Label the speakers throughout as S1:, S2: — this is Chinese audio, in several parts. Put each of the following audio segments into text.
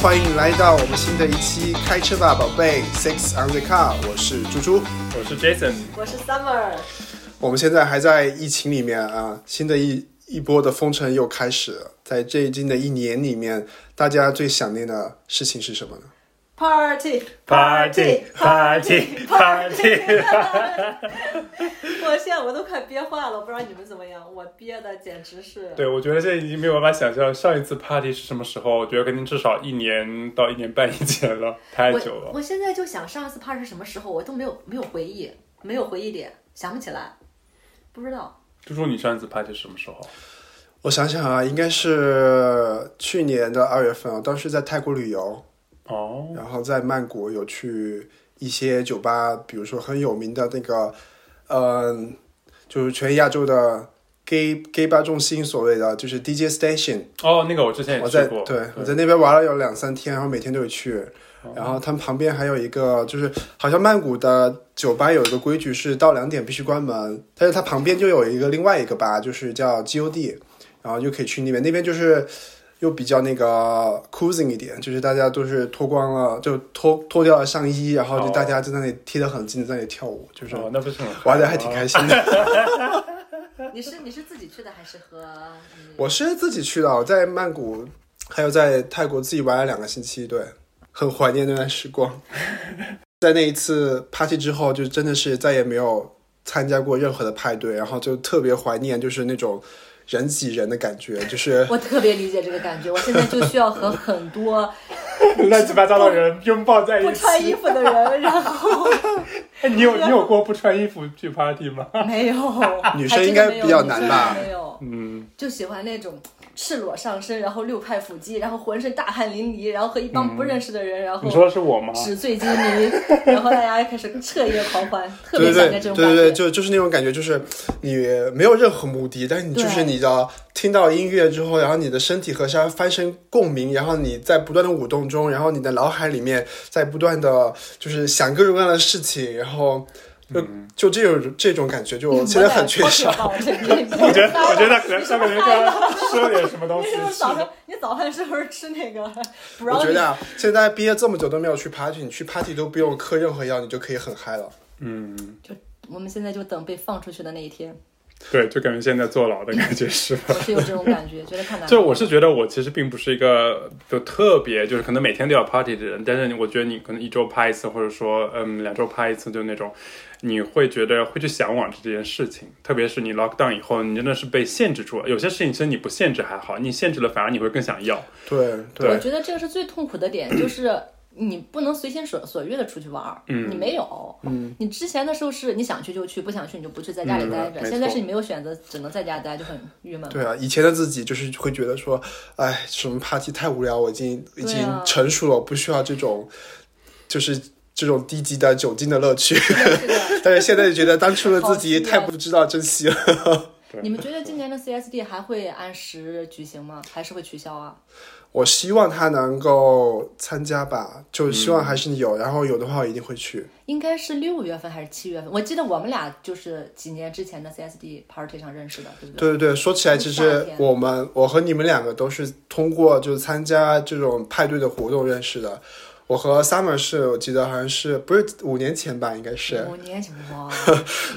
S1: 欢迎来到我们新的一期《开车吧，宝贝》Six on the Car，我是猪猪。
S2: 我是 Jason，
S3: 我是 Summer，
S1: 我们现在还在疫情里面啊，新的一一波的封城又开始了。在最近的一年里面，大家最想念的事情是什么呢？
S3: Party
S2: Party, party,
S3: party 我现在我都快憋坏了，我不知道你们怎么样，我憋的简直是。
S2: 对我觉得现在已经没有办法想象上一次 party 是什么时候，我觉得肯定至少一年到一年半以前了，太久
S3: 我
S2: 了。
S3: 我现在就想上一次 party 是什么时候，我都没有没有回忆，没有回忆点，想不起来，不知道。
S2: 猪猪，你上一次 party 是什么时候？
S1: 我想想啊，应该是去年的二月份啊，当时在泰国旅游，
S2: 哦，
S1: 然后在曼谷有去一些酒吧，比如说很有名的那个，嗯、就是全亚洲的 gay gay 吧中心，所谓的就是 DJ station。
S2: 哦，那个我之前也
S1: 我
S2: 去
S1: 在
S2: 过，
S1: 对我在那边玩了有两三天，然后每天都有去
S2: 哦。
S1: 然后他们旁边还有一个，就是好像曼谷的酒吧有一个规矩是到两点必须关门，但是它旁边就有一个另外一个吧，就是叫 GOD，然后就可以去那边。那边就是又比较那个 cruising 一点，就是大家都是脱光了，就脱脱掉了上衣，然后就
S2: 哦
S1: 大家就在那里贴得很近，在那里跳舞，就是
S2: 哦，那不是很
S1: 玩的还挺开心的。
S2: 呃
S3: 你是你是自己去的还是和？嗯
S1: 我是自己去的，我在曼谷，还有在泰国自己玩了两个星期，对，很怀念那段时光。在那一次 party 之后，就真的是再也没有参加过任何的派对，然后就特别怀念，就是那种人挤人的感觉，就是
S3: 我特别理解这个感觉，我现在就需要和很多
S2: 乱七八糟的人拥抱在
S3: 不
S2: 一起。
S3: 穿衣服的人，然后
S2: 哎，你有你有过不穿衣服去 party 吗？
S3: 没有，
S1: 女生应该比较难吧
S3: 还真的没有女生也没有。
S2: 嗯，
S3: 就喜欢那种赤裸上身，然后六块腹肌，然后浑身大汗淋漓，然后和一帮
S1: 嗯
S3: 不认识的人，然
S2: 你说
S3: 后
S2: 的是我吗？
S3: 纸醉金迷，然后大家开始彻夜狂欢，特
S1: 对
S3: 别
S1: 对
S3: 想
S1: 对对
S3: 念这种感觉。
S1: 对对，就就是那种感觉，就是你没有任何目的，但是你就是
S3: 对
S1: 你的听到音乐之后，然后你的身体和它发生共鸣，然后你在不断的舞动中，然后你的脑海里面在不断的就是想各种各样的事情，然后就、
S3: 嗯
S1: 就这种这种感觉，就现在很缺少。
S3: 我 觉得
S2: 我觉得我觉得他可能上个人刚刚吃了点什么东
S3: 你
S2: 西
S3: 是不是
S2: 吃
S3: 早
S2: 的
S3: 上，你早饭是不是吃那个
S1: 我觉
S3: brownie？
S1: 得啊，现在毕业这么久都没有去 party，你去 party 都不用嗑任何药，你就可以很嗨了。
S2: 嗯，
S3: 我们现在就等被放出去的那一天，
S2: 对，就感觉现在坐牢的感觉是吧？
S3: 我是有这种感觉，觉得太难。
S2: 就我是觉得我其实并不是一个就特别就是可能每天都要 party 的人，但是我觉得你可能一周趴一次，或者说嗯两周趴一次，就那种你会觉得会去向往这件事情，特别是你 lock down 以后，你真的是被限制住了。有些事情其实你不限制还好，你限制了反而你会更想要。
S1: 对
S3: 我
S1: 对，
S3: 觉得这个是最痛苦的点，就是你不能随心所所欲的出去玩儿，
S2: 嗯
S3: 你没有，
S1: 嗯，
S3: 你之前的时候是你想去就去，不想去你就不去，在家里
S2: 嗯
S3: 待着。
S2: 没
S3: 现在
S2: 错
S3: 是你没有选择，只能在家待，就很郁闷。
S1: 对啊，以前的自己就是会觉得说，哎，什么 party 太无聊，我已经已
S3: 对
S1: 经
S3: 啊
S1: 成熟了，我不需要这种，就是这种低级的酒精的乐趣。
S3: 是的，
S1: 但是现在就觉得当初的自己
S3: 好虚啊
S1: 太不知道珍惜了。
S2: 对
S3: 你们觉得今年的 CSD 还会按时举行吗？还是会取消啊？
S1: 我希望他能够参加吧，就希望还是有，然后有的话我一定会去。
S3: 应该是六月份还是七月份？我记得我们俩就是几年之前的 CSD party 上认识的，对不对？
S1: 对对对，说起来，其
S3: 夏
S1: 实
S3: 天
S1: 我们我和你们两个都是通过就是参加这种派对的活动认识的。我和 Summer 是我记得好像是不是五年前吧，应该是，
S3: 五年前哇，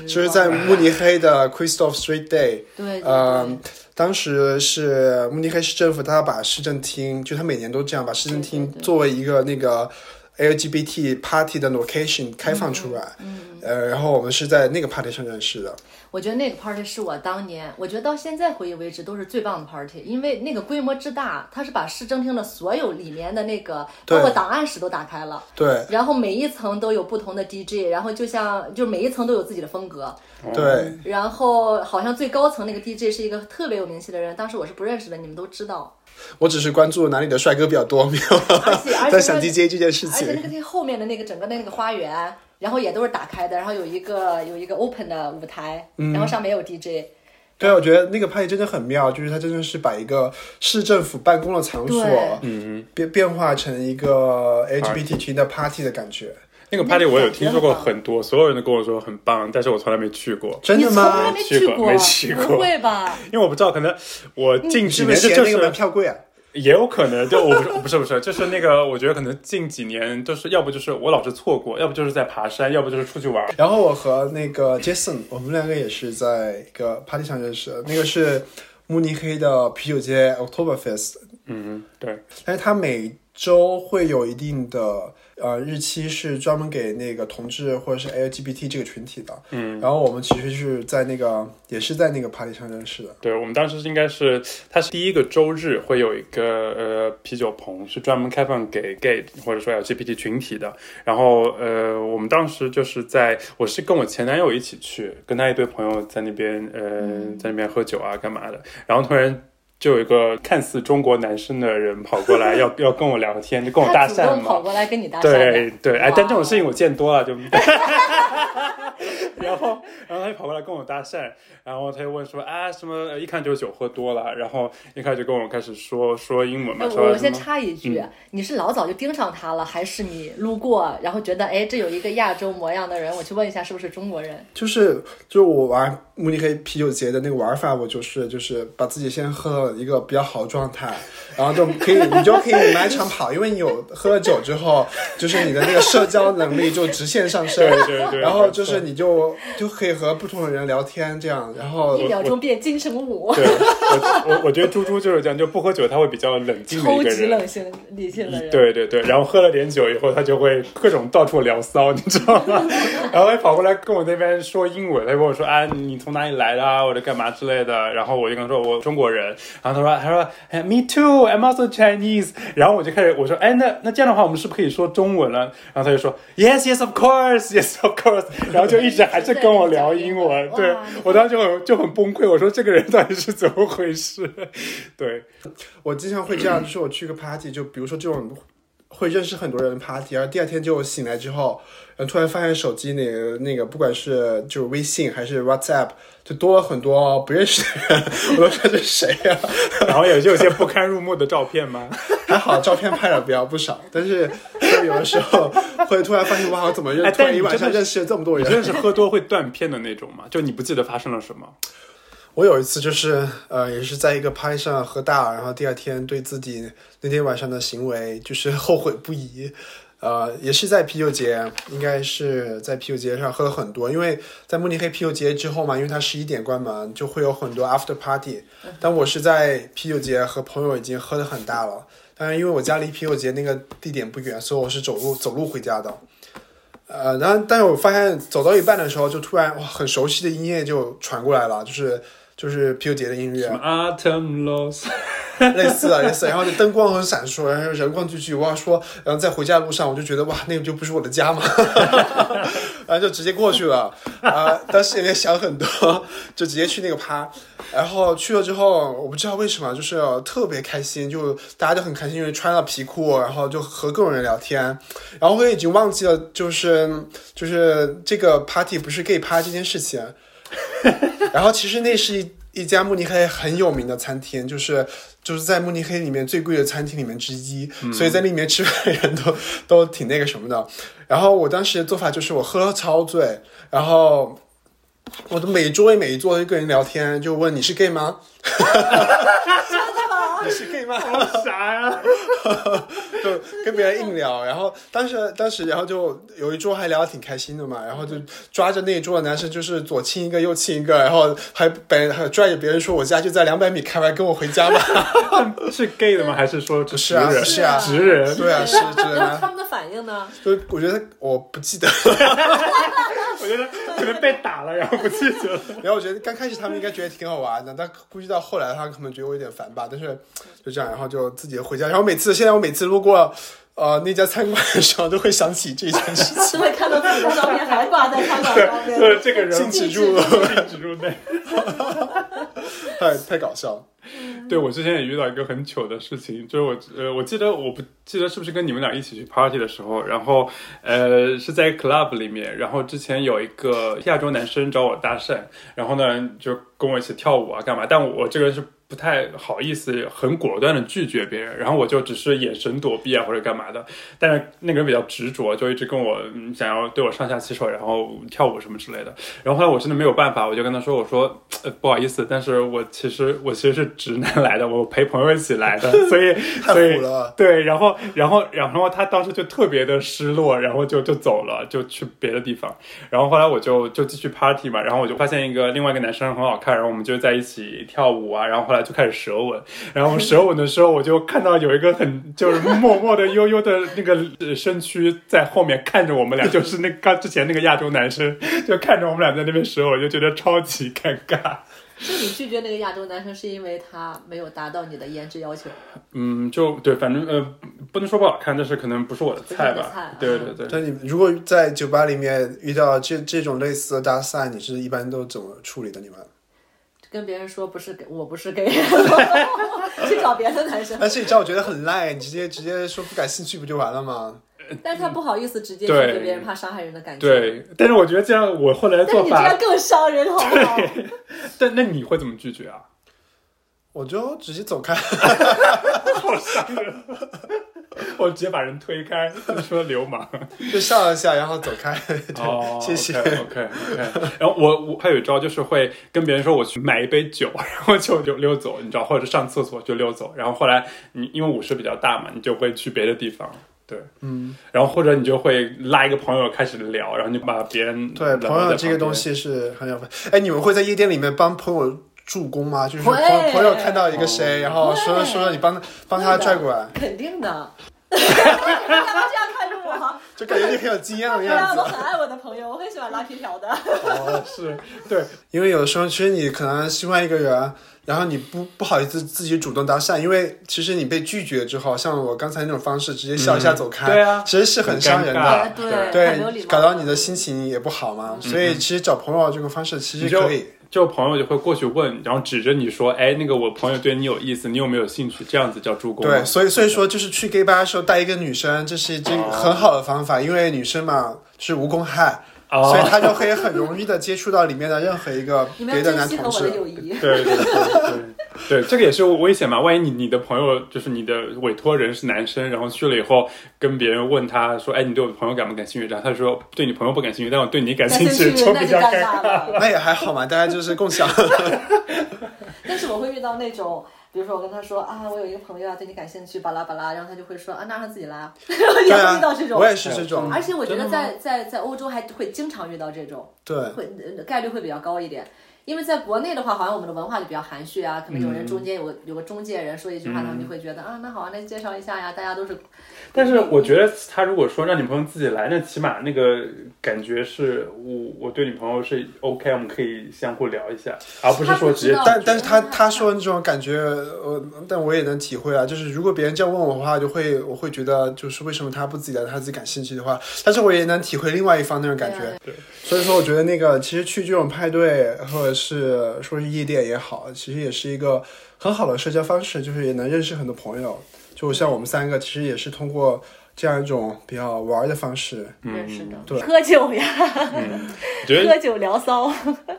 S1: 就是在慕尼黑的 Christoph Street Day。
S3: 嗯对对对
S1: 嗯，当时是慕尼黑市政府，他把市政厅，就他每年都这样把市政厅
S3: 对对对
S1: 作为一个那个 LGBT party 的 location 开放出来。
S3: 嗯
S1: 呃，然后我们是在那个 party 上认识的。
S3: 我觉得那个 party 是我当年，我觉得到现在回忆为止都是最棒的 party，因为那个规模之大，它是把市政厅的所有里面的那个，
S1: 对
S3: 包括档案室都打开了，
S1: 对
S3: 然后每一层都有不同的 DJ，然后就像就每一层都有自己的风格，
S1: 对，
S3: 然后好像最高层那个 DJ 是一个特别有名气的人，当时我是不认识的，你们都知道，
S1: 我只是关注哪里的帅哥比较多，没有
S3: 而且而 且
S1: 在想 DJ 这件事
S3: 而且那
S1: 情。
S3: 个厅后面的那个整个那个花园，然后也都是打开的，然后有一个有一个 open 的舞台，然
S1: 嗯
S3: 后上面也有 DJ，
S1: 对，啊我觉得那个派对真的很妙，就是它真的是把一个市政府办公的场
S3: 对
S1: 所
S2: 嗯，
S1: 变变化成一个 LGBT 群的 party 的感觉。
S2: 那个 party 我有听说过很多，所有人都跟我说很棒，但是我从来没去过。
S1: 真的
S3: 你从来
S1: 吗？
S3: 没
S2: 去过没去过
S3: 不会吧？
S2: 因为我不近
S1: 你
S2: 几
S1: 是不
S2: 年
S1: 是嫌
S2: 这就
S1: 那
S2: 是
S1: 个门票贵啊？
S2: 也有可能，就我不是 我不是不是，就是那个，我觉得可能近几年就是要不就是我老是错过，要不就是在爬山，要不就是出去玩。
S1: 然后我和那个 Jason，我们两个也是在一个 party 上认识的，那个是慕尼黑的啤酒节 Oktoberfest，
S2: 嗯，对，
S1: 但是哎它每周会有一定的呃日期是专门给那个同志或者是 LGBT 这个群体的。嗯，然后我们其实是在那个也是在那个 party 上认识的。
S2: 对，我们当时是应该是，它是第一个周日会有一个呃啤酒棚，是专门开放给 gay 或者说 LGBT 群体的。然后呃，我们当时就是在，我是跟我前男友一起去，跟他一堆朋友在那边呃、在那边喝酒啊干嘛的。然后突然就有一个看似中国男生的人跑过来要要跟我聊天，就跟 我搭
S3: 他主
S2: 讪
S3: 动跑
S2: 嘛。
S3: 过来跟你搭讪的， 哦
S2: 对对，哎，但这种事情
S3: 哇
S2: 我见多了就。 然后，然后他就跑过来跟我搭讪，然后他就问说啊什么，呃一看就是酒喝多了，然后一开始就跟我开始说说英文
S3: 哎
S2: 嘛，
S3: 我
S2: 说
S3: 我
S2: 什
S3: 先
S2: 么，嗯
S3: 插一句，你是老早就盯上他了，还是你路过然后觉得哎这有一个亚洲模样的人，我去问一下是不是中国人？
S1: 就是就是我玩慕尼黑啤酒节的那个玩法，我就是就是把自己先喝到一个比较好的状态，然后就可以你就可以满场跑，因为你有喝了酒之后，就是你的那个社交能力就直线上升。
S2: 对对对，
S1: 然后就是你就就可以和不同的人聊天，这样，然后
S3: 一秒钟变金城武，
S2: 对我我我觉得猪猪就是这样，就不喝酒他会比较冷静的
S3: 超
S2: 一 个
S3: 级
S2: 人。
S3: 冷性理性的人。
S2: 对对对，然后喝了点酒以后，他就会各种到处聊骚，你知道吗？ 然后他跑过来跟我那边说英文，他就跟我说啊，你从哪里来的啊，或者干嘛之类的。然后我就跟他说我中国人，然后他说他说哎，me too，I'm also Chinese。然后我就开始我说哎，那那这样的话，我们是不是可以说中文了？然后他就说 yes yes of course yes of course，然 后就一直还是跟我聊英文。
S3: 哇
S2: 对我当时就很就很崩溃，我说这个人到底是怎么回事？对，
S1: 我经常会这样，就是我去个 party，就比如说这种会认识很多人的 party，然后第二天就醒来之后，然后突然发现手机那个那个，不管是就是微信还是 WhatsApp，就多了很多不认识的人，我都说这是谁呀、
S2: 然后也就有些不堪入目的照片吗？
S1: 还好照片拍了比较不少，但是就有的时候会突然发现，哇，我怎么认
S2: 哎
S1: 突
S2: 但
S1: 然一
S2: 你
S1: 晚上
S2: 真的是
S1: 认识了这么多
S2: 你真
S1: 人？
S2: 的是喝多会断片的那种吗？就你不记得发生了什么？
S1: 我有一次就是呃，也是在一个 party 上喝大，然后第二天对自己那天晚上的行为就是后悔不已。呃，也是在啤酒节，应该是在啤酒节上喝了很多，因为在慕尼黑啤酒节之后嘛，因为它十一点关门，就会有很多 after party。但我是在啤酒节和朋友已经喝得很大了，但是因为我家离啤酒节那个地点不远，所以我是走路走路回家的。呃，然后但是我发现走到一半的时候，就突然哇，很熟悉的音乐就传过来了，就是就是啤酒节的音乐啊
S2: 什，么 Autumn Loss？
S1: 类似啊的类似的，然后那灯光很闪烁，然后人光聚聚，哇说，然后在回家路上我就觉得哇，那个就不是我的家嘛， 然后就直接过去了，啊、当时也没想很多，就直接去那个趴，然后去了之后，我不知道为什么，就是呃特别开心，就大家都很开心，因为穿了皮裤，然后就和各种人聊天，然后我也已经忘记了，就是就是这个 party 不是 gay 趴这件事情，然后其实那是一一家慕尼黑很有名的餐厅，就是就是在慕尼黑里面最贵的餐厅里面之一，所以在那里面吃饭的人都都挺那个什么的。然后我当时的做法就是我喝了超醉，然后我的每桌每一桌就跟人聊天，就问你是 gay 吗？你是 gay 吗？
S2: 啥呀？
S1: 就跟别人硬聊，然后当时当时然后就有一桌还聊得挺开心的嘛，然后就抓着那一桌的男生就是左亲一个右亲一个，然后还本还拽着别人说我家就在两百米开外，跟我回家吧。
S2: 是 gay 的吗？还是说只
S1: 是啊
S2: 直人？
S1: 是啊
S2: 直人。
S1: 对啊，是真的
S3: 那
S1: 吗。
S3: 他 们的反应 呢？
S1: 就我觉得我不记得，
S2: 我觉得可能被打了，然后不记得了。
S1: 然后我觉得刚开始他们应该觉得挺好玩的，但估计到后来他们可能觉得我有点烦吧，但是就这样，然后就自己回家，然后每次现在我每次路过呃那家餐馆的时候，都会想起这件事情。
S3: 就会看到自己的照片还挂在餐馆上 面。
S2: 对，这个人
S1: 禁止
S2: 住
S1: 住
S2: 禁止住内。
S1: 太哎太搞笑了。
S2: 对，我之前也遇到一个很糗的事情，就是我呃，我记得我不记得是不是跟你们俩一起去 party 的时候，然后呃是在 club 里面，然后之前有一个亚洲男生找我搭讪，然后呢就跟我一起跳舞啊干嘛，但我这个人是不太好意思很果断的拒绝别人，然后我就只是眼神躲避啊或者干嘛的，但是那个人比较执着，就一直跟我、嗯想要对我上下其手，然后跳舞什么之类的。然后后来我真的没有办法，我就跟他说：“我说、呃、不好意思，但是我其实我其实是直男来的，我陪朋友一起来的，所以
S1: 太
S2: 所以
S1: 苦了。
S2: 对，然后，然后，然后他当时就特别的失落，然后就就走了，就去别的地方。然后后来我就就继续 party 嘛，然后我就发现一个另外一个男生很好看，然后我们就在一起跳舞啊，然后后来就开始舌吻，然后舌吻的时候我就看到有一个很就是默默的悠悠的那个呃身躯在后面看着我们俩，就是那刚之前那个亚洲男生就看着我们俩在那边舌吻，就觉得超级尴尬。
S3: 所以你拒绝那个亚洲男生，是因为他没有达到你的颜值要求。
S2: 嗯，就对，反正呃不能说不好看，但是可能不是我的菜
S3: 不是你的
S2: 吧。
S3: 菜啊
S2: 对对对。
S1: 但你如果在酒吧里面遇到这这种类似的搭讪，你是一般都怎么处理的？你们？
S3: 跟别人说不是给我不是给，去找别的 男生，
S1: 而且你知道，我觉得很赖，你直接直接说不感兴趣不就完了吗？
S3: 但是他不好意思直接拒
S2: 对
S3: 绝别人，怕伤害人的感情。，
S2: 对，但是我觉得这样我后来的
S3: 但是
S2: 做
S3: 你这
S2: 法
S3: 样，更伤人，好不好？
S2: 但那你会怎么拒绝啊？
S1: 我就直接走开。
S2: 我直接把人推开，说流氓。
S1: 就笑一下，然后走开。 哦
S2: 哦
S1: 谢谢
S2: OK OK。然后我我还有一招就是会跟别人说我去买一杯酒，然后就溜溜走，你知道，或者上厕所就溜走。然后后来你因为舞室比较大嘛，你就会去别的地方。对，嗯，然后或者你就会拉一个朋友开始聊，然后你把别人
S1: 对，朋友这个东，西是很有分。哎，你们会在夜店里面帮朋友助攻吗？就是朋友
S3: 会
S1: 朋友看到一个谁，
S2: 哦
S1: 然后说
S3: 会
S1: 说说你帮帮 他拽过来，
S3: 肯定的。你干嘛这样看着 我？
S1: 就感觉你很有经验的
S3: 对
S1: 样
S3: 啊，
S1: 子
S3: 我。很爱我的朋友，我很喜欢拉皮条的。
S2: 哦是对，
S1: 因为有的时候，其实你可能喜欢一个人，然后你不不好意思自己主动搭讪，因为其实你被拒绝之后，像我刚才那种方式，直接笑一下走开，
S2: 对啊
S1: 其实是很伤人
S2: 很尴
S1: 的
S2: 尬。对对
S3: 很没有礼
S1: 啊对，
S3: 貌。
S1: 搞到你的心情也不好嘛，所以其实找朋友这个方式其
S2: 嗯你
S1: 实
S2: 就
S1: 可以。
S2: 就朋友就会过去问，然后指着你说：“哎，那个我朋友对你有意思，你有没有兴趣？”这样子叫助攻吗。
S1: 对，所以所以说就是去 gay 吧的时候带一个女生，这是这个很好的方法，因为女生嘛是无公害，
S2: 哦
S1: 所以她就可以很容易的接触到里面的任何一个
S3: 你们
S1: 别
S3: 要
S1: 的
S3: 珍
S1: 男
S3: 惜和
S1: 同
S3: 我的
S1: 志。
S3: 友谊。
S2: 对对对对，对，这个也是危险嘛。万一你你的朋友就是你的委托人是男生，然后去了以后跟别人问他说：“哎，你对我朋友感不感兴趣？”然后他说：“对你朋友不感兴趣，但我对你 感
S3: 那
S2: 兴趣。”就
S3: 那
S2: 比
S3: 就
S2: 较
S3: 尴
S2: 尴尬。
S3: 尬了。
S1: 那也还好嘛，大家就是共享。
S3: 但是我会遇到那种，比如说我跟他说啊，我有一个朋友啊，对你感兴趣，巴拉巴拉，然后他就会说啊，那让他自己来啊，然后
S1: 对
S3: 也会
S1: 啊
S3: 遇到这，种
S1: 我。也是这种。
S3: 而且我觉
S2: 真的
S3: 得
S2: 吗
S3: 在在在欧洲还会经常遇到这种，
S1: 对，
S3: 会呃概率会比较高一点。因为在国内的话，好像我们的文化就比较含蓄啊，可能有人中间有个有个中介人说一句话，他们就会觉得啊，那好啊，那介绍一下呀，大家都是
S2: 但是我觉得他如果说让你朋友自己来，那起码那个感觉是我我对你朋友是 OK，我们可以相互聊一下，而不是说直接
S3: 他不 知道
S1: 但但是他
S3: 嗯
S1: 他说的那种感觉，呃，但我也能体会啊。就是如果别人这样问我的话，就会我会觉得就是为什么他不自己来，他自己感兴趣的话，但是我也能体会另外一方那种感觉。
S2: 对啊
S1: 所以说，我觉得那个其实去这种派对或者是说是夜店也好，其实也是一个很好的社交方式，就是也能认识很多朋友。就像我们三个，其实也是通过这样一种比较玩儿的方式，
S3: 认识的，
S1: 对
S3: 喝酒呀，
S2: 觉得
S3: 喝酒聊骚，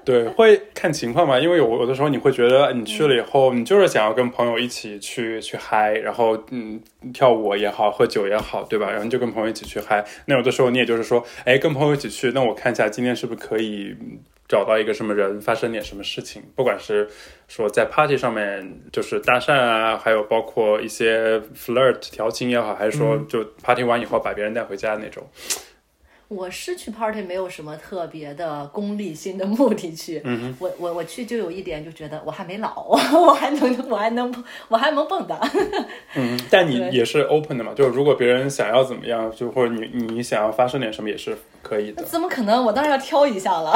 S2: 对，会看情况吧，因为有有的时候你会觉得你去了以后，你就是想要跟朋友一起去去嗨，然后嗯跳舞也好，喝酒也好，对吧？然后你就跟朋友一起去嗨。那有的时候你也就是说，哎，跟朋友一起去，那我看一下今天是不是可以嗯找到一个什么人，发生点什么事情，不管是说在 party 上面就是搭讪啊，还有包括一些 flirt 调情也好，还是说就 party 完以后把别人带回家那种。
S3: 我是去 party 没有什么特别的功利性的目的去，我我我去就有一点就觉得我还没老， 我还能我还能我还能蹦跶，
S2: 嗯，但你
S3: 对
S2: 也是 open 的嘛，就是如果别人想要怎么样，就或者你你想要发生点什么也是可以的
S3: ，怎么可能？我当然要挑一下了。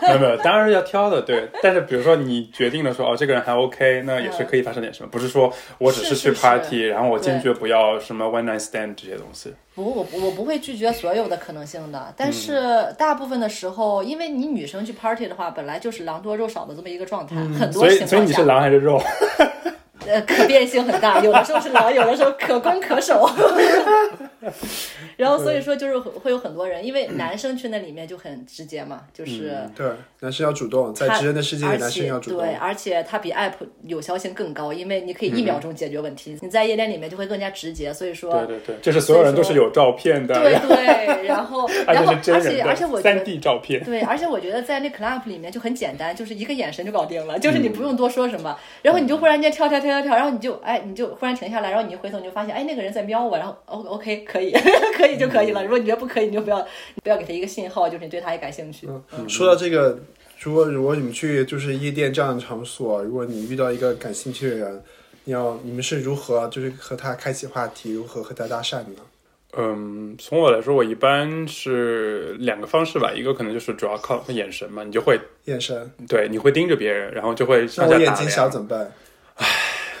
S2: 没有没有，当然是要挑的，对。但是比如说你决定了说哦，这个人还 OK，那也是可以发生点什么，不是说我只
S3: 嗯是
S2: 去
S3: 是是
S2: party，然后我
S3: 对
S2: 坚决不要什么 one night stand 这些东西。
S3: 不，我不我不会拒绝所有的可能性的，但是大部分的时候，因为你女生去 party 的话，本来就是狼多肉少的这么一个状态，很多
S2: 所以
S3: 情
S2: 所以
S3: 况
S2: 你
S3: 下
S2: 是，狼还是 肉？
S3: 呃，可变性很大，有的时候是狼，有的时候可攻可守。 然后所以说就是会有很多人，因为男生去那里面就很直接嘛，就是
S1: 对，男生要主动，嗯在
S3: 他
S1: 直人的世界
S3: 而
S1: 里，
S3: 且
S1: 男生要主
S3: 对，
S1: 动。
S3: 而且它比 app 有效性更高，因为你可以一秒钟解决问题。你在夜店里面就会更加直接，所以说
S2: 对对对，就是所有人都是有照片的，
S3: 对
S2: 然后
S3: 对，然后
S2: 而
S3: 然
S2: 且
S3: 后
S2: 是真
S3: 而且
S2: 人
S3: 而且我
S2: 的
S3: 觉
S2: 三
S3: 得。
S2: D 照 片，
S3: 对，而且我觉得在那 club 里面就很简单，就是一个眼神就搞定了，就是你不用多说什么，然后你就忽然间跳跳跳跳跳，然后你就哎，你就忽然停下来，然后你一回头你就发现，哎，那个人在瞄我，然后 O OK 可以， 可以就可以了。如果你觉得不可以，你就不要你不要给他一个信号，就是你对他也感兴趣。
S1: 嗯说到这个，如果如果你们去就是夜店这样的场所，如果你遇到一个感兴趣的人，你要你们是如何就是和他开启话题，如何和他搭讪呢？
S2: 嗯，从我来说，我一般是两个方式吧，一个可能就是主要靠眼神嘛，你就会
S1: 眼神，
S2: 对，你会盯着别人，然后就会
S1: 那
S2: 上
S1: 我
S2: 下
S1: 眼
S2: 打
S1: 睛小
S2: 量。
S1: 怎么办？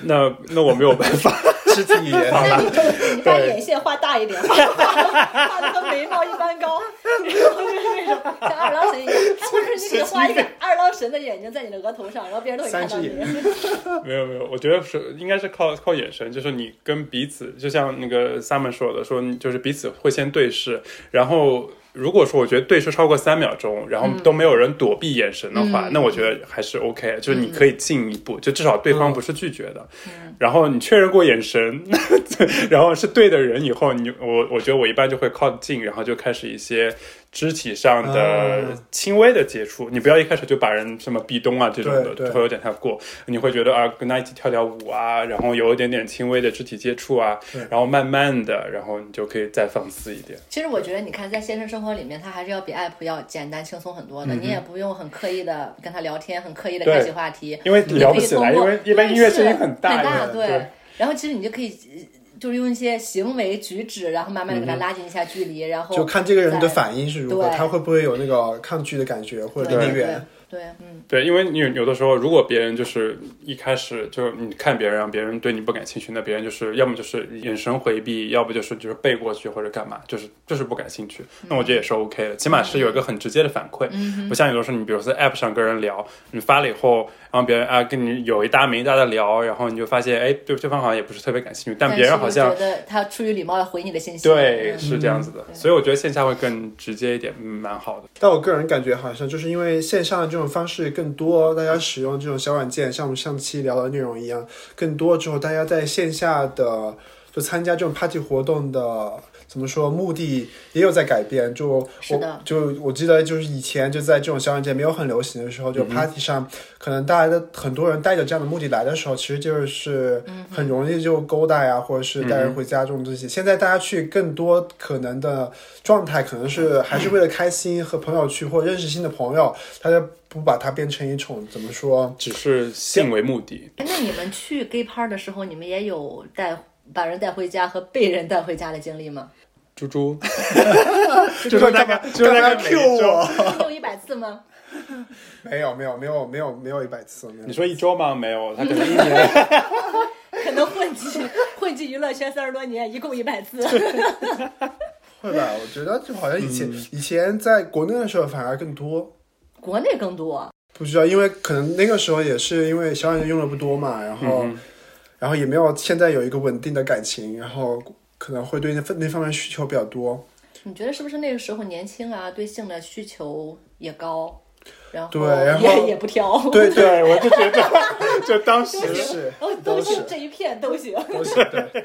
S2: 那那我没有办法，
S1: 肢体语言。
S3: 那 你就你把眼线画大一点，画画画的和眉毛一般高， 然后就是那种像二郎神一样，或者你给画一个二郎神的眼睛在你的额头上，然后别人都会看到你。
S2: 没有没有，我觉得是应该是靠靠眼神，就是你跟彼此，就像那个 Summer 说的，说你就是彼此会先对视，然后如果说我觉得对视超过三秒钟，然后都没有人躲避眼神的话，那我觉得还是 OK，就是你可以进一步，就至少对方不是拒绝的，然后你确认过眼神， 然后是对的人以后，你我我觉得我一般就会靠近，然后就开始一些。肢体上的
S1: 啊
S2: 轻微的接触，你不要一开始就把人什么壁咚啊这种的，
S1: 对对
S2: 会有点太过。你会觉得啊，跟他一起跳跳舞啊，然后有一点点轻微的肢体接触啊，然后慢慢的，然后你就可以再放肆一点。
S3: 其实我觉得，你看，在现实生活里面，它还是要比 app 要简单轻松很多的。你也不用很刻意的跟他聊天，很刻意的
S2: 对
S3: 开启话题，
S2: 因为
S3: 你
S2: 聊
S3: 嗯可
S2: 不
S3: 以
S2: 起
S3: 通
S2: 来，因
S3: 过
S2: 为一般
S3: 对
S2: 音乐
S3: 是
S2: 声音很
S3: 大，
S2: 大的，
S3: 对。然后其实你就可以呃就是用一些行为举止，然后慢慢的给他拉近一下距离，然后
S1: 就看这个人的
S3: 再
S1: 反应是如何，
S3: 哦对
S1: 他会不会有那个抗拒的感觉或者离你远？
S3: 对，对嗯，
S2: 对，因为你有有的时候，如果别人就是一开始就是你看别人，让别人对你不感兴趣，那别人就是要么就是眼神回避，要不就是就是背过去或者干嘛，就是就是不感兴趣。那我觉得也是 OK 的，起码是有一个很直接的反馈，不像有的时候你比如说在 App 上跟人聊，你发了以后，然后别人啊跟你有一搭没一搭的聊，然后你就发现哎对对方好像也不是特别感兴趣，但别人好
S3: 但
S2: 像
S3: 是又觉得他出于礼貌要回你的信息，
S2: 对
S3: 嗯
S2: 是这样子的，所以我觉得线下会更直接一点，嗯，蛮好的。
S1: 但我个人感觉好像就是因为线上的这种方式更多，大家使用这种小软件，像我们上期聊的内容一样，更多之后，大家在线下的就参加这种 party 活动的。怎么说？目的也有在改变。就我
S3: 是的
S1: 就我记得，就是以前就在这种小软件没有很流行的时候，就 party 上，可能大家的很多人带着这样的目的来的时候，其实就是很容易就勾搭呀，或者是带人回家这种东西。现在大家去更多可能的状态可能是还是为了开心和朋友去或认识新的朋友，他就不把它变成一种怎么说？
S2: 只是性为目的，
S3: 哎那你们去 gay bar 的时候，你们也有带把人带回家和被人带回家的经历吗？
S2: 猪猪，
S1: 就
S2: 就说大概就说大概每
S1: 干嘛 cue
S2: 周
S1: 我？
S3: 你有一百次吗？
S1: 没有没有没有没有没有一百次，没有
S2: 你说一周吗？没有，他可 能一年。
S3: 可能混 迹混迹娱乐圈三十多年，一共一百次。
S1: 会吧？我觉得就好像以前、以前在国内的时候反而更多，
S3: 国内更多，
S1: 不知道，因为可能那个时候也是因为小软件用的不多嘛，然后、然后也没有现在有一个稳定的感情，然后可能会对那份那方面需求比较多。
S3: 你觉得是不是那个时候年轻啊，对性的需求也高，然后
S1: 对然后
S3: 也也不挑，
S1: 对对
S2: 对，我就觉得，就当时
S1: 是是
S3: 哦，都是这一片都行。
S1: 都是对。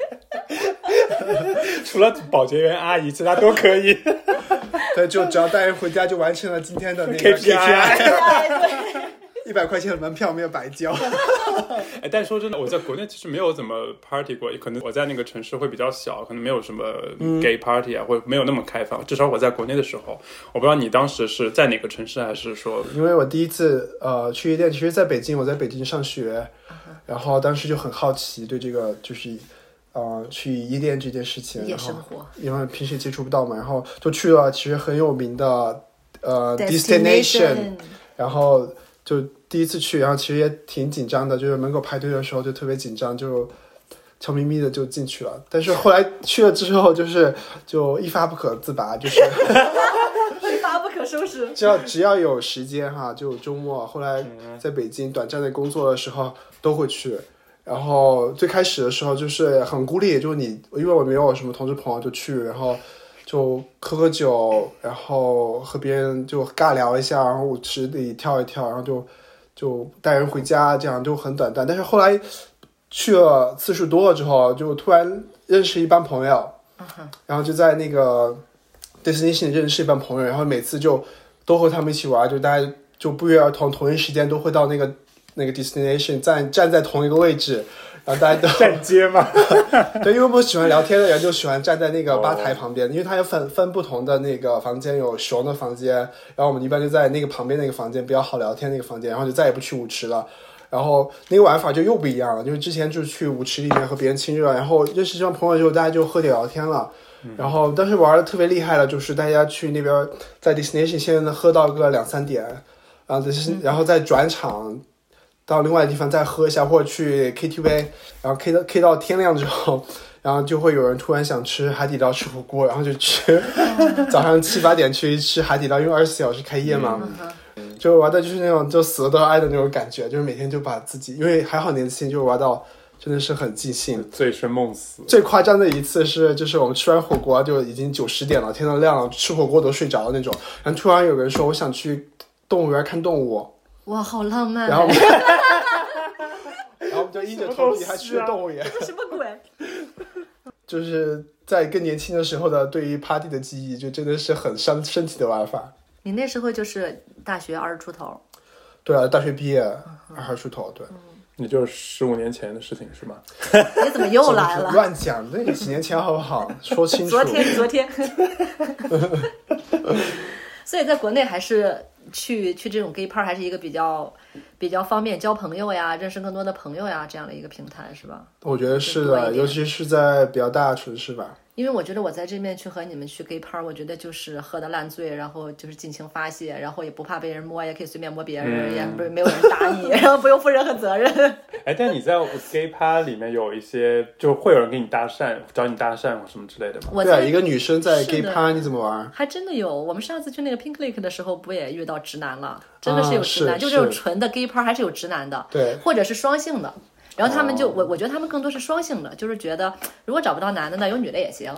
S2: 除了保洁员阿姨，其他都可 以。
S1: 对，就只要带人回家，就完成了今天的 那个
S2: KPI
S1: 一百块钱的门票没有白交。
S2: 哎，但说真的，我在国内其实没有怎么 party 过，可能我在那个城市会比较小，可能没有什么
S1: 嗯
S2: gay party 啊，或者没有那么开放。至少我在国内的时候，我不知道你当时是在哪个城市，还是说
S1: 因为我第一次呃去夜店，其实在北京，我在北京上学，
S3: 啊
S1: 然后当时就很好奇，对这个就是呃去夜店这件事情，
S3: 夜
S1: 然后
S3: 生活
S1: 因为平时接触不到嘛，然后就去了其实很有名的呃 destination，然 后就第一次去，然后其实也挺紧张的，就是门口排队的时候就特别紧张，就悄咪咪的就进去了。但是后来去了之后，就是就一发不可自拔，就是
S3: 一发不可收拾。
S1: 只要只要有时间哈，就周末后来在北京短暂的工作的时候都会去。然后最开始的时候就是很孤立，就是你因为我没有什么同事朋友就去，然后就喝喝酒，然后和别人就尬聊一下，然后舞池里跳一跳，然后就就带人回家，这样就很短暂。但是后来去了次数多了之后，就突然认识一帮朋友，然后就在那个 destination 认识一帮朋友，然后每次就都和他们一起玩，就大家就不约而同同一时间都会到那个那个 destination 站站在同一个位置，然后大家都
S2: 站街嘛，
S1: 对，因为我喜欢聊天的人就喜欢站在那个
S2: 哦
S1: 吧台旁边，因为它有分分不同的那个房间，有熊的房间，然后我们一般就在那个旁边那个房间比较好聊天那个房间，然后就再也不去舞池了。然后那个玩法就又不一样了，就是之前就是去舞池里面和别人亲热，然后认识这帮朋友之后，大家就喝酒聊天了。嗯然后但是玩的特别厉害了，就是大家去那边在 destination 先喝到个两三点，然后就是然后再转场到另外地方再喝一下，或者去 KTV，然后 K 到 K 到天亮之后， 然后就会有人突然想吃海底捞吃火锅，然后就去 早上七八点去吃海底捞，因为二十四小时开业嘛，就玩的就是那种就死了都要爱的那种感觉，就是每天就把自己，因为还好年轻，就玩到真的是很尽兴。
S2: 醉生梦死。
S1: 最夸张的一次是，就是我们吃完火锅就已经九十点了，天都亮了，吃火锅都睡着了那种。然后突然有人说我想去动物园看动物，
S3: 哇，好浪漫
S1: 然后我们，然后我们就硬着头皮还啊去了动物园，
S3: 这什么鬼？
S1: 就是在更年轻的时候的对于 party 的记忆，就真的是很伤身体的玩法。
S3: 你那时候就是大学二十 出头，
S1: 对啊，大学毕业二十出头，对，
S2: 你就是十五年前的事情是吗？
S3: 你怎么又来
S1: 就是
S3: 了？
S1: 乱讲，那你几年前好不好？说清楚
S3: 昨。天，昨天。 所以在国内还是去去这种 gay bar 还是一个比较比较方便交朋友呀、认识更多的朋友呀这样的一个平台，是吧？
S1: 我觉得是
S3: 多一
S1: 的，
S3: 点
S1: 尤其是在比较大的城市吧。
S3: 因为我觉得我在这面去和你们去 gay bar，我觉得就是喝得烂醉，然后就是尽情发泄，然后也不怕被人摸，也可以随便摸别人，
S2: 嗯
S3: 也不没有人打你，然后不用负任何责
S1: 啊
S3: 任。
S2: 哎，但你在 gay 趴里面有一些，就会有人给你搭讪，找你搭讪或什么之类的吗？
S3: 我
S1: 对啊，
S3: 在
S1: 一个女生在
S3: 是
S1: gay
S3: 的
S1: party 你怎么玩？
S3: 还真的有，我们上次去那个 Pink Lake 的时候，不也遇到直男了？真的是有直男，
S1: 啊是
S3: 就这种
S1: 是
S3: 纯的 gay bar 还是有直男的，
S1: 对，
S3: 或者是双性的。然后他们就、
S2: 哦
S3: 我我觉得他们更多是双性的，就是觉得如果找不到男的呢，有女的也行，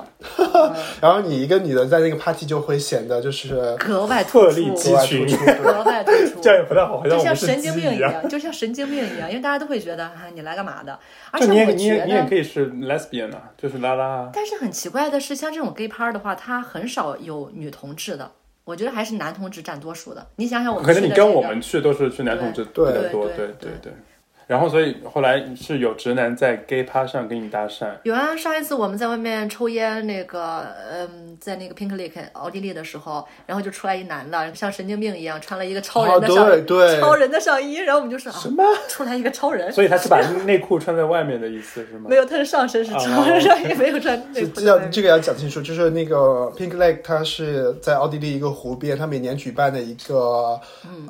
S1: 然后你一个女的在那个 party 就会显得就是
S3: 格外突
S2: 鹤
S3: 出，
S2: 立鸡
S1: 格外
S2: 群
S1: 突，出。
S3: 格外突出，
S2: 这样也不太好，好像
S3: 就
S2: 我
S3: 像
S2: 们是
S3: 神经
S2: 鸡
S3: 病一
S2: 样。
S3: 样，就像神经病一样，因为大家都会觉得啊，你来干嘛的？而
S2: 就
S3: 且
S2: 你也
S3: 我
S2: 你也
S3: 觉
S2: 你也
S3: 得。
S2: 可以是 lesbian 啊，就是拉拉啊。
S3: 但是很奇怪的是，像这种 gay bar 的话，它很少有女同志的，我觉得还是男同志占多数的。你想想我们
S2: 可能
S3: 去
S2: 你
S3: 嗯的
S2: 跟
S3: 这
S2: 我
S3: 个
S2: 们去都是去男同志比
S1: 对
S2: 较多，
S3: 对
S2: 对
S3: 对
S2: 对对。然后所以后来是有直男在 gay 趴上跟你搭讪，
S3: 有啊，上一次我们在外面抽烟，那个，嗯，在那个 Pink Lake 奥地利的时候，然后就出来一男的，像神经病一样，穿了一个超人的上、
S1: 哦对对
S3: 超人的上衣，然后我们就说什么、啊，出来一个超人，
S2: 所以他是把内裤穿在外面的意思是吗
S3: 没？有，他的上
S1: 哦
S3: 身是超人，上衣没有穿内
S1: 这
S3: 裤
S1: 这要
S3: 在外面。
S1: 这个要讲清楚，就是那个 Pink Lake，它是在奥地利一个湖边，它每年举办的一个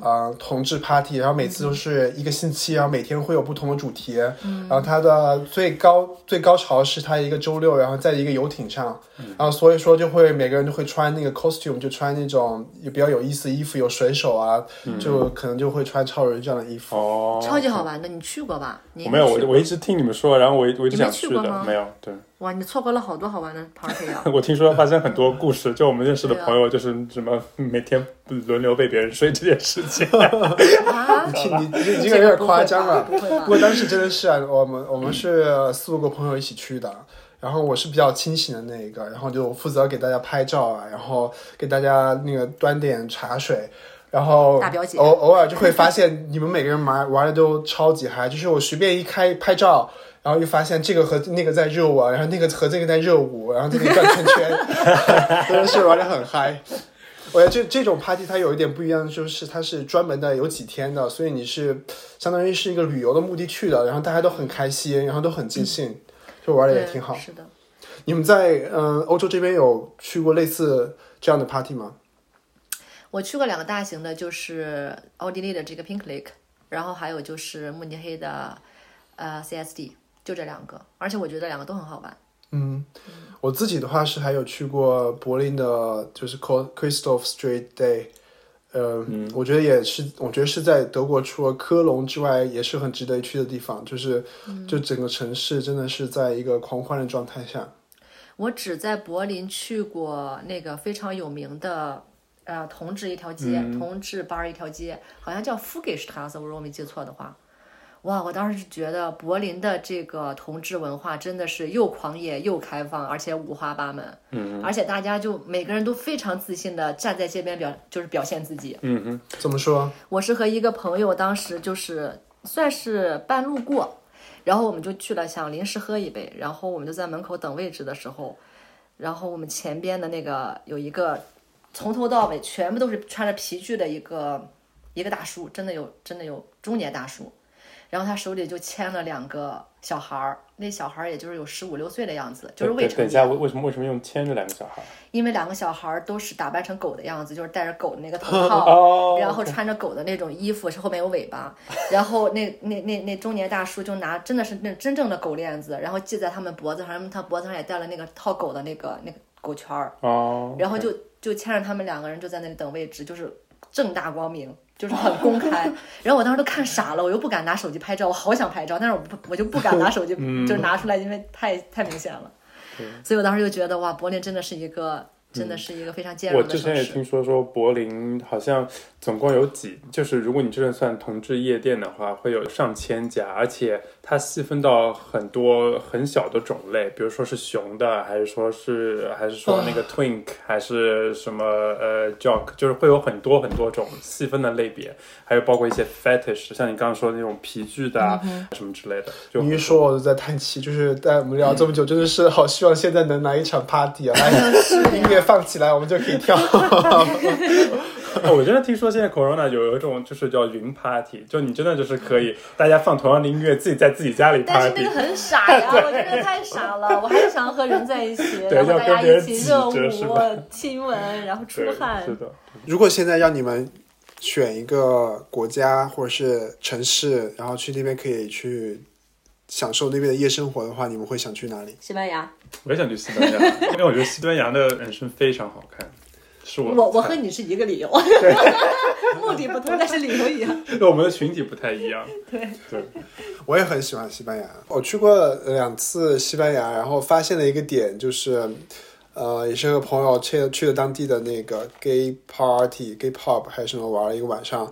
S1: 呃同志 party，然后每次都是一个星期，然后每天会有不同的主题，然后它的最高最高潮是它一个周六，然后在一个游艇上，然后所以说就会每个人都会穿那个 costume，就穿那种比较有意思的衣服，有水手啊，就可能就会穿超人这样的衣服。
S2: 哦，
S3: 超级好玩的，你去过吧？你
S2: 我
S3: 应
S2: 没
S3: 该
S2: 有，
S3: 去
S2: 我我一直听你们说，然后我一我一直
S3: 你没
S2: 想
S3: 去
S2: 去
S3: 过吗
S2: 的，没有。对，
S3: 哇，你错过了好多好玩的 party 啊！
S2: 我听说发生很多故事，就我们认识的
S3: 对啊
S2: 朋友，就是什么每天轮流被别人睡这件事情。
S3: 啊，
S1: 你你你这个有点夸张 了。
S3: 不会吧
S1: 不？过当时真的是啊，我们我们是四五个朋友一起去的，然后我是比较清醒的那一个，然后就负责给大家拍照啊，然后给大家那个端点茶水。然后
S3: 大表姐
S1: 偶偶尔就会发现你们每个人玩玩的都超级嗨，就是我随便一开拍照，然后就发现这个和那个在热舞啊，然后那个和这个在热舞，然后这个转圈圈， 真的是玩的很嗨。我觉得这这种 party 它有一点不一样，就是它是专门的有几天的，所以你是相当于是一个旅游的目的去的，然后大家都很开心，然后都很尽兴，就玩的也挺好
S3: 对。是的，
S1: 你们在嗯、呃欧洲这边有去过类似这样的 party 吗？
S3: 我去过两个大型的，就是奥地利的这个 Pink Lake，然后还有就是慕尼黑的呃 CSD，就这两个，而且我觉得两个都很好玩。
S1: 嗯，我自己的话是还有去过柏林的，就是 Call Christoph Street Day，呃，我觉得也是，我觉得是在德国除了科隆之外，也是很值得一去的地方。就是，就整个城市真的是在一个狂欢的状态下。
S3: 我只在柏林去过那个非常有名的呃同志一条街，同志 bar 一条街，好像叫 f u g i s h t r a s 我如果没记错的话。哇！我当时是觉得柏林的这个同志文化真的是又狂野又开放，而且五花八门。嗯，而且大家就每个人都非常自信的站在街边表，就是表现自己。
S2: 嗯哼，
S1: 怎么说？
S3: 我是和一个朋友，当时就是算是半路过，然后我们就去了，想临时喝一杯，然后我们就在门口等位置的时候，然后我们前边的那个有一个从头到尾全部都是穿着皮具的一个一个大叔，真的有真的有中年大叔，然后他手里就牵了两个小孩儿，那小孩儿也就是有十五六岁的样子，就是未成
S2: 等
S3: 年。
S2: 一下，为为什么为什么用牵着两个小孩？
S3: 因为两个小孩儿都是打扮成狗的样子，就是戴着狗的那个头套，
S2: 哦
S3: 然后穿着狗的那种衣服，是后面有尾巴。然后那那那那中年大叔就拿真的是那真正的狗链子，然后系在他们脖子上，他脖子上也戴了那个套狗的那个那个狗圈儿，
S2: 哦，
S3: 然后就就牵着他们两个人就在那里等位置，就是正大光明。就是很 公开，然后我当时都看傻了，我又不敢拿手机拍照，我好想拍照，但是我不我就不敢拿 手机，
S2: 嗯
S3: 就是拿出来，因为太太明显了。所以我当时就觉得哇，柏林真的是一个，真的是一个非常
S2: 嗯
S3: 兼
S2: 我
S3: 容的
S2: 之
S3: 城
S2: 前也
S3: 市。
S2: 听说说柏林好像总共有几，就是如果你真的算同志夜店的话，会有上千家，而且它细分到很多很小的种类，比如说是熊的，还是说是还是说那个 twink，、还是什么呃 jock，就是会有很多很多种细分的类别，还有包括一些 fetish，像你刚刚说的那种皮具的、啊
S3: 嗯
S2: 什么之类的，就
S1: 你一说我就在叹气，就是在我们聊这么久，真的是好希望现在能来一场 party 啊！来，音乐放起来，我们就可以跳。
S2: 哦我真的听说现在 Corona 有一种就是叫云 party，就你真的就是可以大家放同样的音乐，自己在自己家里
S3: 嗯但是
S2: party
S3: 那个。很傻呀，我真的太傻了，我还是想和人在 一起，然后大家一起热
S2: 要跟别人挤着是
S3: 舞
S2: 吧、
S3: 亲吻，然后出
S2: 对
S3: 汗
S2: 是。的，
S1: 如果现在让你们选一个国家或者是城市，然后去那边可以去享受那边的夜生活的话，你们会想去哪里？
S3: 西班牙，
S2: 我也想去西班牙， 因为我觉得西班牙的人生非常好看。是我
S3: 我
S2: 我
S3: 我和你是一个理由， 目的不同，但是理由一样。
S2: 对我们的群体不太一 样。对对，
S1: 我也很喜欢西班牙，我去过两次西班牙，然后发现了一个点，就是，呃，也是和朋友去去了当地的那个 gay party、gay pub 还是什么玩了一个晚上，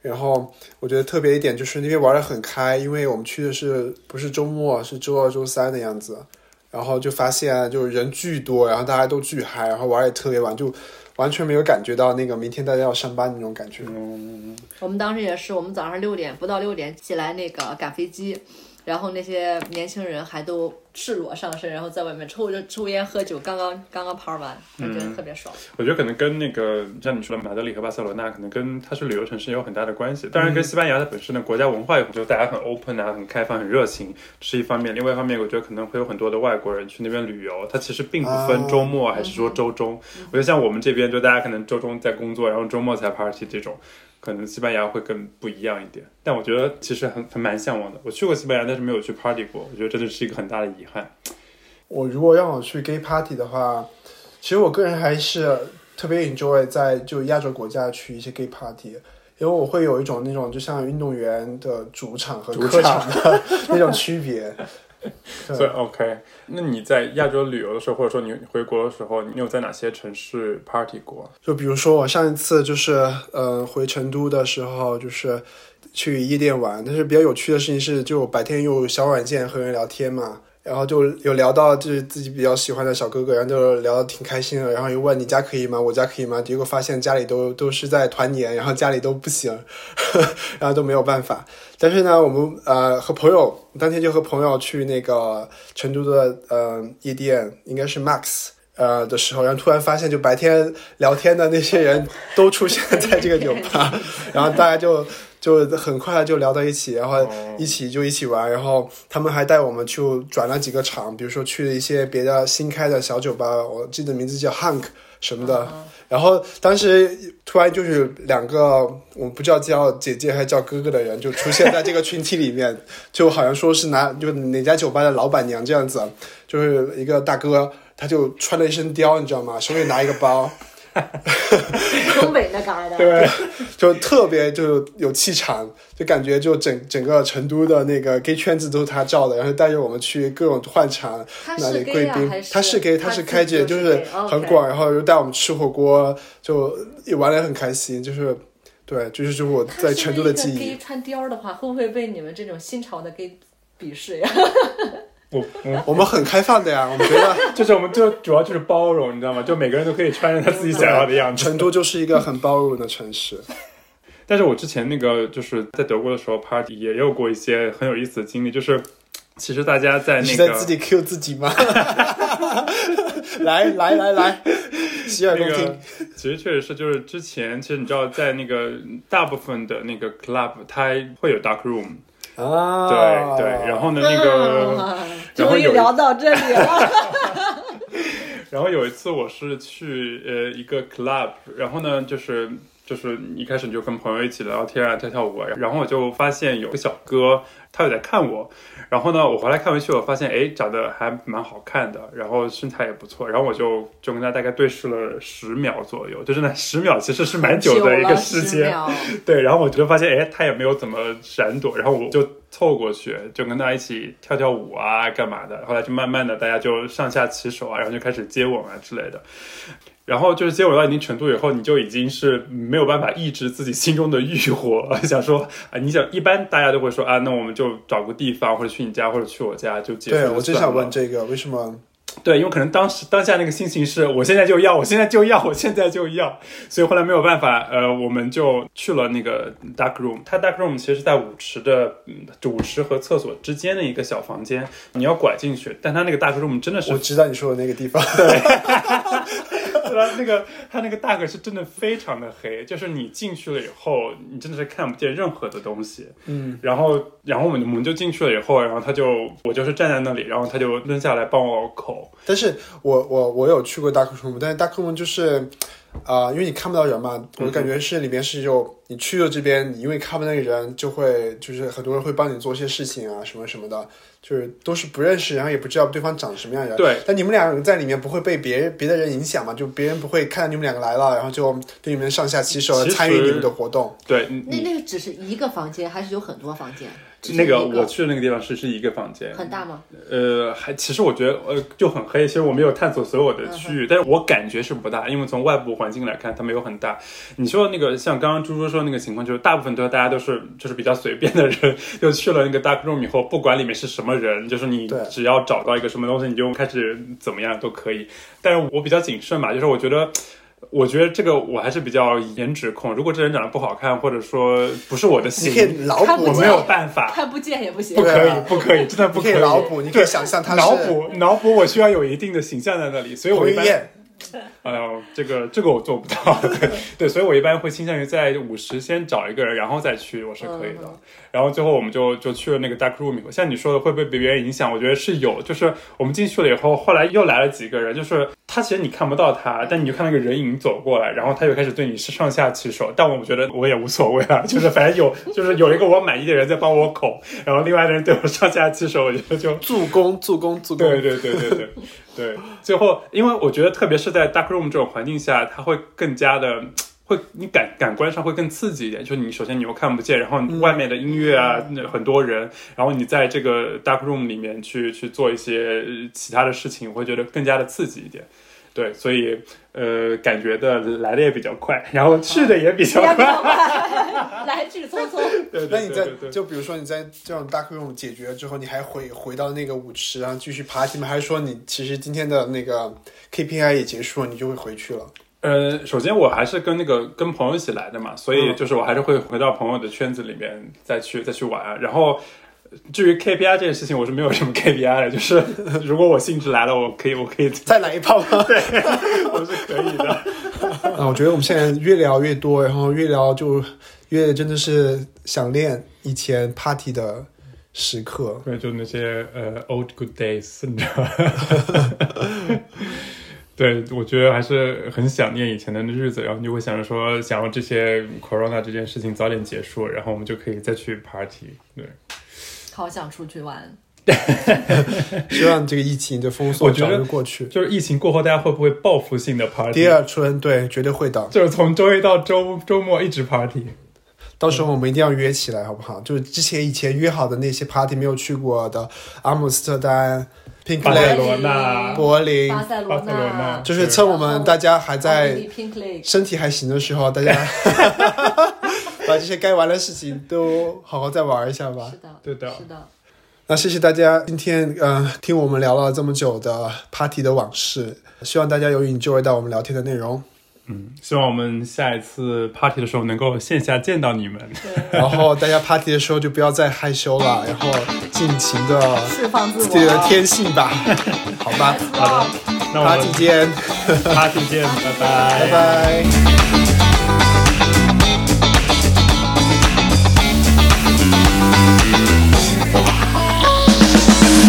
S1: 然后我觉得特别一点就是那边玩的很开，因为我们去的是不是周末，是周二、周三的样子，然后就发现就是人巨多，然后大家都巨嗨，然后玩得也特别晚，就完全没有感觉到那个明天大家要上班的那种感觉。
S2: 嗯，
S3: 我们当时也是，我们早上六点不到六点起来那个赶飞机，然后那些年轻人还都赤裸上身，然后在外面抽着抽烟喝酒，刚刚刚刚跑完，我觉得特别爽。
S1: 嗯
S2: 我觉得可能跟那个像你说的马德里和巴塞罗那，可能跟它是旅游城市也有很大的关系。当然，跟西班牙它本身的国家文化有很多，大家很 open 啊，很开放，很热情是一方面。另外一方面，我觉得可能会有很多的外国人去那边旅游，它其实并不分
S1: 啊
S2: 周末还是说周中。我觉得像我们这边，就大家可能周中在工作，然后周末才 party 这种。可能西班牙会更不一样一点，但我觉得其实很很蛮向往的。我去过西班牙，但是没有去 party 过，我觉得真的是一个很大的遗憾。
S1: 我如果让我去 gay party 的话，其实我个人还是特别 enjoy 在就亚洲国家去一些 gay party，因为我会有一种那种就像运动员的主场和
S2: 主
S1: 客场的 那种区别。对
S2: 所以 OK，那你在亚洲旅游的时候，或者说你回国的时候，你有在哪些城市 party 过？
S1: 就比如说我上一次就是呃回成都的时候，就是去夜店玩，但是比较有趣的事情是，就白天用小软件和人聊天嘛。然后就有聊到就是自己比较喜欢的小哥哥，然后就聊得挺开心的，然后又问你家可以吗？我家可以吗？结果发现家里都都是在团年，然后家里都不行， 然后都没有办法。但是呢，我们呃和朋友当天就和朋友去那个成都的呃夜店，应该是 Max 呃的时候，然后突然发现就白天聊天的那些人都出现在这个酒吧， 然后大家就就很快就聊到一起，然后一起就一起玩，然后他们还带我们去转了几个场，比如说去了一些别的新开的小酒吧，我记得名字叫 Hunk 什么的。然后当时突然就是两个我不知道叫姐姐还是叫哥哥的人就出现在这个群体里面， 就好像说是哪就哪家酒吧的老板娘这样子，就是一个大哥，他就穿了一身貂，你知道吗？手里拿一个包。
S4: 东北那嘎达，
S2: 对，
S1: 就特别就有气场，就感觉就整整个成都的那个 gay 圈子都是他照的，然后带着我们去各种换场，
S3: 他
S1: 哪
S3: 是
S1: 里
S3: gay
S1: 贵
S3: 啊
S1: 宾
S3: 还，
S1: 他是 gay，他
S4: 他
S1: 是
S4: 自己
S1: 开解，
S4: 就是 gay，，OK
S1: 很广，然后又带我们吃火锅，就也玩的很开心，就是对，就是就是我
S3: 他
S1: 在
S3: 是
S1: 成都的
S3: 那个
S1: 记忆
S3: gay。穿貂儿的话，会不会被你们这种新潮的 gay 鄙视 呀？
S2: 我我
S1: 我们很开放的呀，我们觉得
S2: 就是我们就主要就是包容，你知道吗？就每个人都可以穿着他自己想要的样子。
S1: 成都就是一个很包容的城市。
S2: 但是我之前那个就是在德国的时候，party 也有过一些很有意思的经历，就是其实大家在
S1: 你
S2: 那
S1: 是
S2: 个
S1: 在自己 Q 自己吗？ 来来来来，洗耳
S2: 那
S1: 恭听。
S2: 个其实确实是，就是之前其实你知道，在那个大部分的那个 club，它会有 dark room，
S1: 啊，
S2: 对、对，然后呢那个。
S4: 啊
S2: 然后
S4: 终于
S2: 有一
S4: 聊到这里 了，
S2: 然后有一次我是去呃一个 club，然后呢就是就是一开始你就跟朋友一起聊天啊跳跳舞啊，然后我就发现有个小哥他有在看我，然后呢我回来看回去我发现哎长得还蛮好看的，然后身材也不错，然后我就就跟他大概对视了十秒左右，就是那十秒其实是蛮久的一个时
S4: 10
S2: 间，
S4: 秒
S2: 对，然后我就发现，哎，他也没有怎么闪躲，然后我就凑过去，就跟他一起跳跳舞啊，干嘛的。后来就慢慢的，大家就上下其手啊，然后就开始接吻啊之类的。然后就是接吻到一定程度以后，你就已经是没有办法抑制自己心中的欲火， 想说啊，你想一般大家都会说啊，那我们就找个地方，或者去你家，或者去我家就结束。
S1: 对，我真想问，这个，为什么？
S2: 对，因为可能当时当下那个心情是我现在就要，我现在就要，我现在就要，所以后来没有办法，呃，我们就去了那个 dark room。它 dark room 其实是在舞池的嗯舞池和厕所之间的一个小房间，你要拐进去，但它那个 dark room 真的是
S1: 我知道你说的那个地方，
S2: 对吧？那个 它那个大概是真的非常的黑，就是你进去了以后，你真的是看不见任何的东西。嗯，然后然后我们我们就进去了以后，然后他就我就是站在那里，然后他就蹲下来帮我口。
S1: 但是我我我有去过大 room，但是大 room 就是。啊、因为你看不到人嘛，我感觉是里面是有你去了这边，你因为看不到那个人，就会就是很多人会帮你做一些事情啊，什么什么的，就是都是不认识，然后也不知道对方长什么样人。
S2: 对，
S1: 但你们两个人在里面不会被别人别的人影响嘛？就别人不会看到你们两个来了，然后就对你们上下其手，
S2: 其实
S1: 参与你们的活动。
S2: 对，你
S4: 那那个只是一个房间，还是有很多房间？只是
S2: 那
S4: 一
S2: 个
S4: 个
S2: 我去的那个地方是是一个房间，
S4: 很大吗？
S2: 呃，还其实我觉得呃就很黑，其实我没有探索
S1: 嗯
S2: 所有的区域，但是我感觉是不大，因为从外部环境来看，它没有很大。你说那个像刚刚猪猪说那个情况，就是大部分都是大家都是就是比较随便的人，就去了那个 dark room 以后，不管里面是什么人，就是你
S1: 对
S2: 只要找到一个什么东西，你就开始怎么样都可以。但是我比较谨慎嘛，就是我觉得。我觉得这个我还是比较颜值控。如果这人长得不好看，或者说不是我的
S1: 你
S2: 型，
S1: 可以脑
S3: 看
S1: 补
S3: 不
S2: 我
S1: 嘛，
S2: 没有办法，
S3: 看不见也不行
S2: 不。可
S1: 对
S2: 以
S1: 啊，
S2: 不可以，真的不
S1: 你可以脑补，你可以想象他是
S2: 脑补脑补，我需要有一定的形象在那里，所以我
S1: 彭
S2: 一
S1: 于
S2: 般，
S1: 晏。
S2: 哎呦，这个这个我做不到，对对，所以我一般会倾向于在五十先找一个人，然后再去，我是可以的。然后最后我们就就去了那个 dark room，以后像你说的会被别人影响，我觉得是有，就是我们进去了以后，后来又来了几个人，就是他其实你看不到他，但你就看到一个人影走过来，然后他就开始对你是上下其手，但我觉得我也无所谓啊，就是反正有就是有一个我满意的人在帮我口，然后另外的人对我上下其手，我觉得就
S1: 助攻，助攻，助攻。
S2: 对对对对对对， 最后因为我觉得，特别是在 dark room 这种环境下，它会更加的。会，你感感官上会更刺激一点，就是你首先你又看不见，然后外面的音乐啊，那很多人，然后你在这个 dark room 里面去去做一些呃其他的事情，我会觉得更加的刺激一点。对，所以呃，感觉的来的也比较快，然后去的也比较
S4: 要不
S2: 快。
S4: 要快 来去匆匆，
S2: 对
S1: 那
S2: 对
S1: 你
S2: 对
S1: 在
S2: 对对。
S1: 就比如说你在这种大 room 解决之后，你还回回到那个舞池，然后继续爬行吗？还是说你其实今天的那个 KPI 也结束了，你就会回去了？
S2: 呃，首先我还是跟那个跟朋友一起来的嘛，所以就是我还是会回到朋友的圈子里面再去再去玩。啊然后至于 KPI 这件事情，我是没有什么 KPI 的，就是 如果我兴致来了，我可以我可以
S1: 再来一炮 吗？对。
S2: 我是可以的。
S1: 啊，我觉得我们现在越聊越多，然后越聊就越真的是想念以前 party 的时 刻。
S2: 对，就那些呃 old good days，你知道吗？ 对，我觉得还是很想念以前的日子，然后你就会想着说，想要这些 corona 这件事情早点结束，然后我们就可以再去 party。对。
S3: 好想出去玩，
S1: 希望这个疫情的封锁
S2: 我觉
S1: 早
S2: 得
S1: 日过去。
S2: 就是疫情过后，大家会不会报复性的 party？
S1: 第二春对，绝对会的。
S2: 就是从周一到周周末一直 party。
S1: 到时候我们一定要约起来，好不好？就是之前以前约好的那些 party 没有去过的，阿姆斯特丹、Pink
S2: 巴塞
S1: Lake、
S2: 罗那、
S1: 柏林，
S4: 巴塞罗
S2: 巴塞罗那
S4: 那，
S1: 就是趁我们大家还
S4: 奥地
S1: 在
S4: 利 Pink Lake，
S1: 身体还行的时候，大家把这些该玩的事情都好好再玩一下吧
S4: 是。的，
S2: 对的
S4: 是的，
S1: 那谢谢大家今天呃听我们聊了这么久的 party 的往事，希望大家有 enjoy 到我们聊天的内容。
S2: 嗯，希望我们下一次 party 的时候能够线下见到你们。
S1: 然后大家 party 的时候就不要再害羞了，然后尽情的
S4: 释放自
S1: 自
S4: 我，啊
S1: 己的天性吧，好吧
S2: 好的，那我
S1: ，party
S2: 们
S1: 见，
S2: party 见，拜拜
S1: 拜拜。
S4: 拜